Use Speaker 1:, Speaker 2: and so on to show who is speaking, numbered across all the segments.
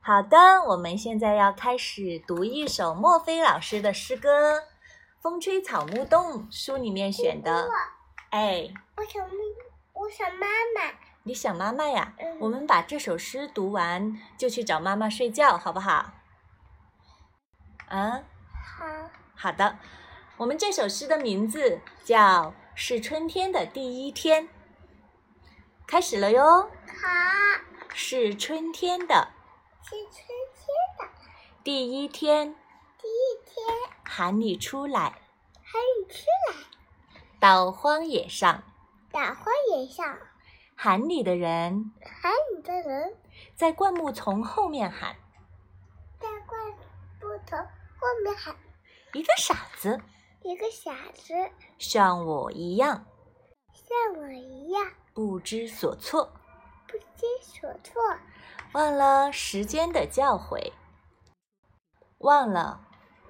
Speaker 1: 好的，我们现在要开始读一首墨菲老师的诗歌《风吹草木动》，书里面选的。哎，
Speaker 2: 我想，我想妈妈。
Speaker 1: 你想妈妈呀？
Speaker 2: 嗯
Speaker 1: 我们把这首诗读完就去找妈妈睡觉，好不好？啊，
Speaker 2: 好，
Speaker 1: 好的。我们这首诗的名字叫《是春天的第一天》，开始了哟。
Speaker 2: 好，
Speaker 1: 是春天的
Speaker 2: 是春天的
Speaker 1: 第一天，
Speaker 2: 第一天，
Speaker 1: 喊你出来，
Speaker 2: 喊你出来，
Speaker 1: 到荒野上
Speaker 2: 打荒野上，
Speaker 1: 喊你的人，
Speaker 2: 喊你的人
Speaker 1: 在灌木丛后面喊，
Speaker 2: 在灌木丛后面喊
Speaker 1: 一个傻子
Speaker 2: 一个傻子，
Speaker 1: 像我一样
Speaker 2: 像我一样
Speaker 1: 不知所措，
Speaker 2: 不知所措，
Speaker 1: 忘了时间的教诲，忘了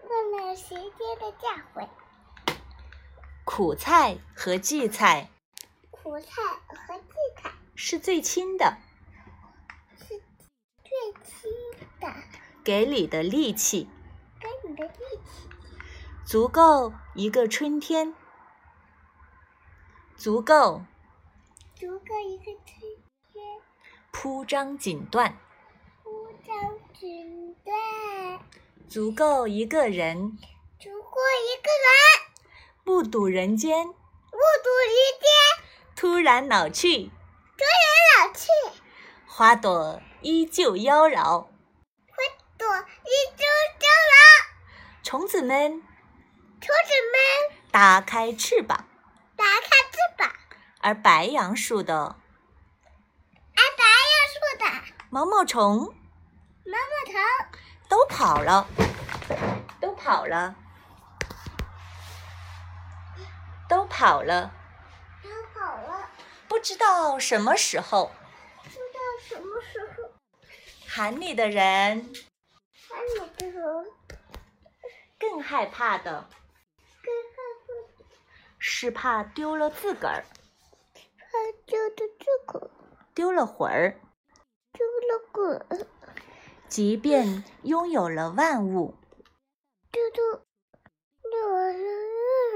Speaker 2: 问了时间的教诲，
Speaker 1: 苦菜和荠菜
Speaker 2: 苦菜和荠菜
Speaker 1: 是最亲的，
Speaker 2: 最亲的，
Speaker 1: 给你的力气
Speaker 2: 跟你的力气
Speaker 1: 足够一个春天，足够
Speaker 2: 足够一个春天。
Speaker 1: 铺张锦缎。
Speaker 2: 铺张锦缎，
Speaker 1: 足够一个人，
Speaker 2: 足够一个人
Speaker 1: 目睹人间
Speaker 2: 目睹人间
Speaker 1: 突然老去，
Speaker 2: 老去，
Speaker 1: 花朵依旧妖娆，
Speaker 2: 朵一株蟑螂。
Speaker 1: 虫子们
Speaker 2: 虫子们
Speaker 1: 打开翅膀，
Speaker 2: 打开翅膀，
Speaker 1: 而白杨树的
Speaker 2: 按白杨树的
Speaker 1: 毛毛虫
Speaker 2: 毛毛虫
Speaker 1: 都跑了，都跑了，都跑了，
Speaker 2: 逃跑了，
Speaker 1: 不知道什么时候
Speaker 2: 不知道什么时候
Speaker 1: 喊你的人
Speaker 2: 把你的人
Speaker 1: 更害怕的
Speaker 2: 跟上树
Speaker 1: 是怕丢了自个儿，
Speaker 2: 上丢的这个
Speaker 1: 丢了魂儿。
Speaker 2: 丢了滚，
Speaker 1: 即便拥有了万物，
Speaker 2: 丢丢丢了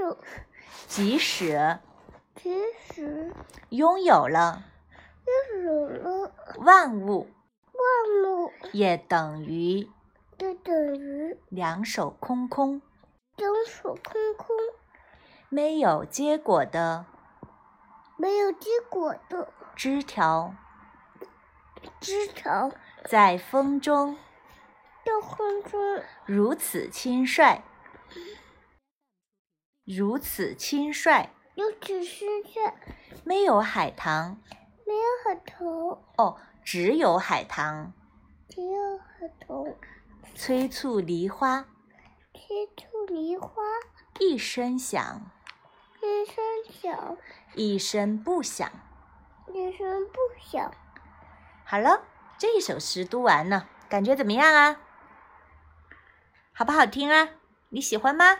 Speaker 2: 肉，
Speaker 1: 即使
Speaker 2: 其实
Speaker 1: 拥有了
Speaker 2: 又有了
Speaker 1: 万物，
Speaker 2: 万物。
Speaker 1: 也等于
Speaker 2: 就等于
Speaker 1: 两手空空、
Speaker 2: 两手空空，
Speaker 1: 没有结果的
Speaker 2: 没有结果的
Speaker 1: 枝条，
Speaker 2: 枝条
Speaker 1: 在风中
Speaker 2: 在空中
Speaker 1: 如此轻率，如此轻率，
Speaker 2: 有只剩下
Speaker 1: 没有海棠
Speaker 2: 没有海头，
Speaker 1: 哦，只有海棠
Speaker 2: 只有海头，
Speaker 1: 催促梨花
Speaker 2: 贴出梨花
Speaker 1: 一声响，
Speaker 2: 一声响，
Speaker 1: 一声不响。
Speaker 2: 一声不响。
Speaker 1: 好了，这一首诗读完了，感觉怎么样啊？好不好听啊？你喜欢吗？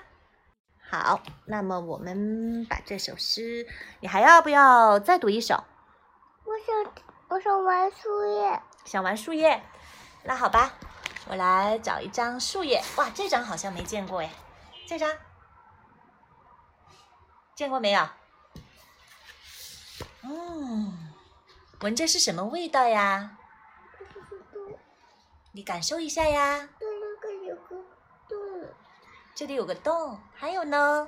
Speaker 1: 好，那么我们把这首诗，你还要不要再读一首？
Speaker 2: 我想，我想玩树叶，
Speaker 1: 想玩树叶？那好吧，我来找一张树叶。哇，这张好像没见过哎，这张见过没有？嗯，闻着是什么味道呀？
Speaker 2: 就是洞，
Speaker 1: 你感受一下呀。
Speaker 2: 对那个有个洞，
Speaker 1: 这里有个洞，还有呢，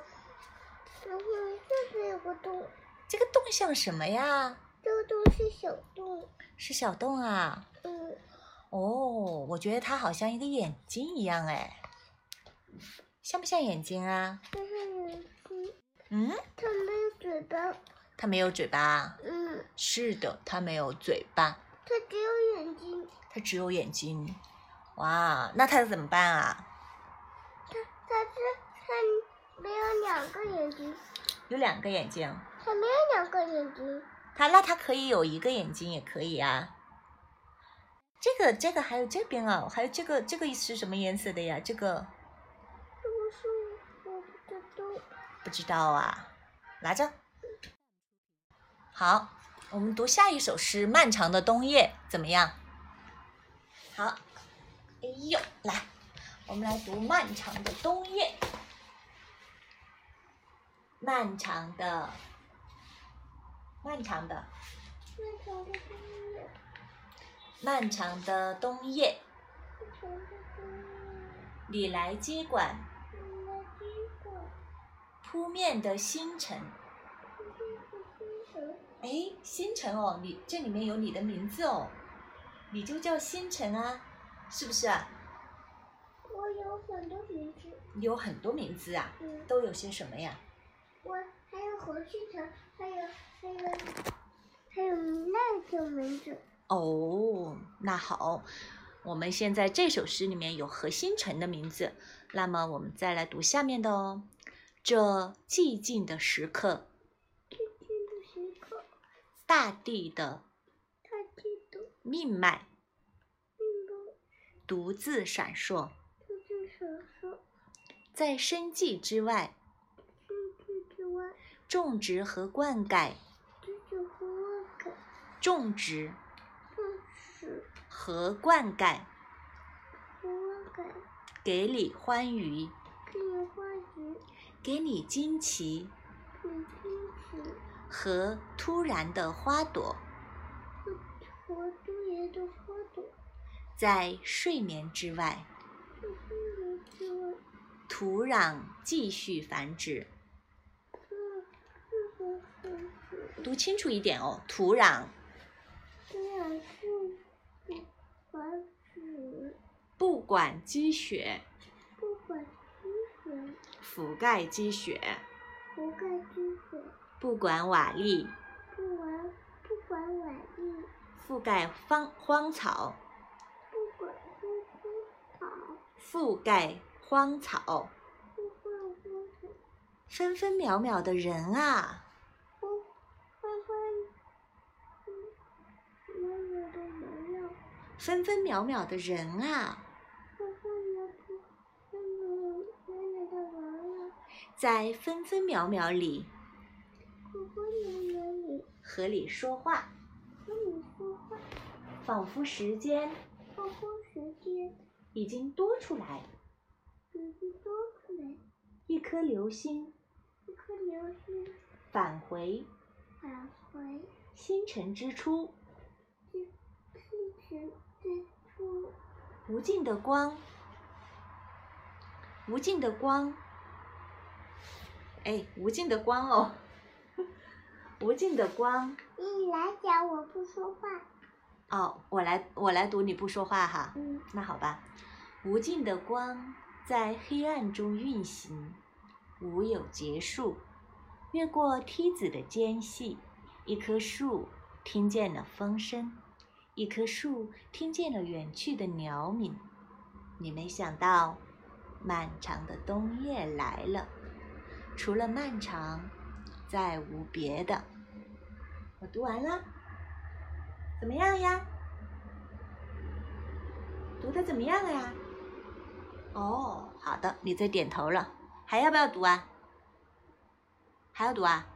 Speaker 2: 然后这边有个洞，
Speaker 1: 这个洞像什么呀？
Speaker 2: 这个洞是小洞，
Speaker 1: 是小洞啊。
Speaker 2: 嗯，
Speaker 1: 哦，我觉得它好像一个眼睛一样，哎，像不像眼睛啊？
Speaker 2: 这是眼睛，
Speaker 1: 嗯，
Speaker 2: 它没有嘴巴，
Speaker 1: 它没有嘴巴。
Speaker 2: 嗯。
Speaker 1: 是的，它没有嘴巴，
Speaker 2: 它只有眼睛，
Speaker 1: 它只有眼睛。哇，那它怎么办啊？
Speaker 2: 它它是它没有两个眼睛，
Speaker 1: 有两个眼睛，
Speaker 2: 它没有两个眼睛，
Speaker 1: 它那它可以有一个眼睛也可以啊。这个这个还有这边啊，还有这个这个是什么颜色的呀？这个
Speaker 2: 这个是我的洞，
Speaker 1: 不知道啊，拿着。好，我们读下一首诗《漫长的冬夜》怎么样？好，哎呦，来，我们来读《漫长的冬夜》。漫长的，漫长的，
Speaker 2: 那长的冬夜，
Speaker 1: 漫长的冬夜，
Speaker 2: 那长的冬夜，
Speaker 1: 你来接管
Speaker 2: 你来接管
Speaker 1: 扑面的星辰。
Speaker 2: 这个星辰，
Speaker 1: 哎，星辰哦，你这里面有你的名字哦，你就叫星辰啊，是不是啊？
Speaker 2: 我有很多名字，
Speaker 1: 你有很多名字啊，
Speaker 2: 嗯，
Speaker 1: 都有些什么呀？
Speaker 2: 我还有侯旭成，还有还有还有那个名字，
Speaker 1: 哦，那好，我们现在这首诗里面有何星辰的名字，那么我们再来读下面的哦。这寂静的时刻，
Speaker 2: 最近的时刻，
Speaker 1: 大地的
Speaker 2: 他嫉妒，
Speaker 1: 命脉
Speaker 2: 并不
Speaker 1: 独自闪烁，
Speaker 2: 自己所说，
Speaker 1: 在生计之外，
Speaker 2: 禁忌之外，
Speaker 1: 种植和灌溉，
Speaker 2: 只只和我感
Speaker 1: 种植
Speaker 2: 动时，
Speaker 1: 和灌溉，
Speaker 2: 和我感
Speaker 1: 给你欢愉，
Speaker 2: 给你话语，
Speaker 1: 给你惊奇
Speaker 2: 你惊喜，
Speaker 1: 和突然的花朵，
Speaker 2: 和朱颜的花朵，
Speaker 1: 在睡眠之外。
Speaker 2: 是心灵之外，
Speaker 1: 土壤继续繁殖。
Speaker 2: 是是和很子。
Speaker 1: 读清楚一点哦，土壤
Speaker 2: 虽然是繁殖，
Speaker 1: 不管积雪，
Speaker 2: 不管积水，
Speaker 1: 覆盖积雪，
Speaker 2: 不盖积水，
Speaker 1: 不管瓦砾，
Speaker 2: 不玩不管晚意，
Speaker 1: 覆盖荒荒草，
Speaker 2: 不管不枯草，
Speaker 1: 覆盖荒草，
Speaker 2: 不管不草，
Speaker 1: 分分秒秒的人啊，
Speaker 2: 不欢欢，嗯，温柔的模样，
Speaker 1: 分分秒秒的人啊，
Speaker 2: 欢欢的不温柔温柔的模样，
Speaker 1: 在分分秒秒里
Speaker 2: 和温柔的你
Speaker 1: 和你说话，
Speaker 2: 和你说话，
Speaker 1: 仿佛时间
Speaker 2: 放空时间
Speaker 1: 已经多出来
Speaker 2: 已经多出来，
Speaker 1: 一颗流星，
Speaker 2: 一颗流星
Speaker 1: 返回
Speaker 2: 返回。
Speaker 1: 星辰之初。
Speaker 2: 是是神之初，
Speaker 1: 无尽的光，无尽的光，哎，无尽的光哦， 无尽的光
Speaker 2: 你来讲，我不说话。
Speaker 1: 哦，我来我来读，你不说话哈，
Speaker 2: 嗯，
Speaker 1: 那好吧，无尽的光在黑暗中运行，无有结束，越过梯子的间隙，一棵树听见了风声，一棵树听见了远去的鸟鸣。你没想到，漫长的冬夜来了，除了漫长，再无别的。我读完了，怎么样呀？读的怎么样了呀？哦，好的，你在点头了，还要不要读啊？还要读啊？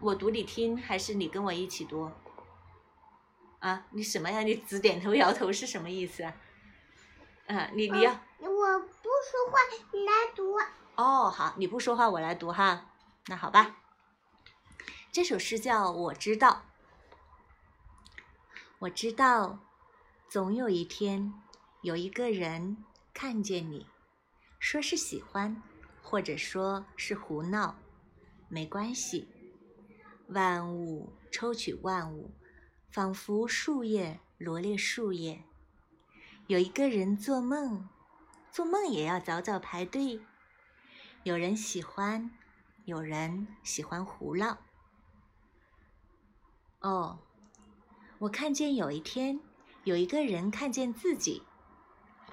Speaker 1: 我读你听，还是你跟我一起读？啊，你什么呀？你只点头摇头是什么意思啊？啊，你你要、
Speaker 2: 我不说话，你来读。啊
Speaker 1: 哦，好，你不说话，我来读哈。那好吧，这首诗叫《我知道》。我知道，总有一天，有一个人看见你，说是喜欢，或者说是胡闹，没关系。万物抽取万物，仿佛树叶罗列树叶。有一个人做梦，做梦也要早早排队。有人喜欢，有人喜欢胡闹。哦，我看见有一天，有一个人看见自己，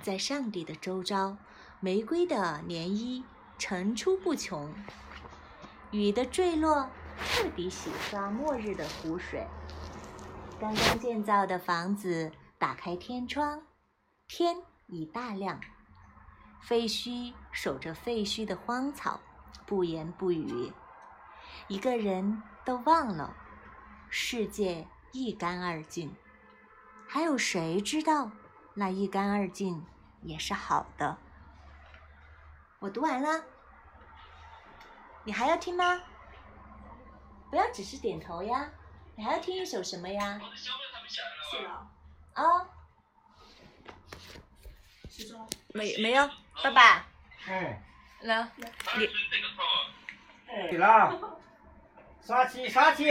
Speaker 1: 在上帝的周遭，玫瑰的涟漪层出不穷，雨的坠落彻底洗刷末日的湖水。刚刚建造的房子打开天窗，天已大亮。废墟守着废墟的荒草，不言不语，一个人都忘了，世界一干二净。还有谁知道那一干二净也是好的。我读完了，你还要听吗？不要只是点头呀，你还要听一首什么呀？啊、没没有，爸爸，
Speaker 3: 哎，
Speaker 1: 来，
Speaker 3: 对了，杀鸡杀鸡。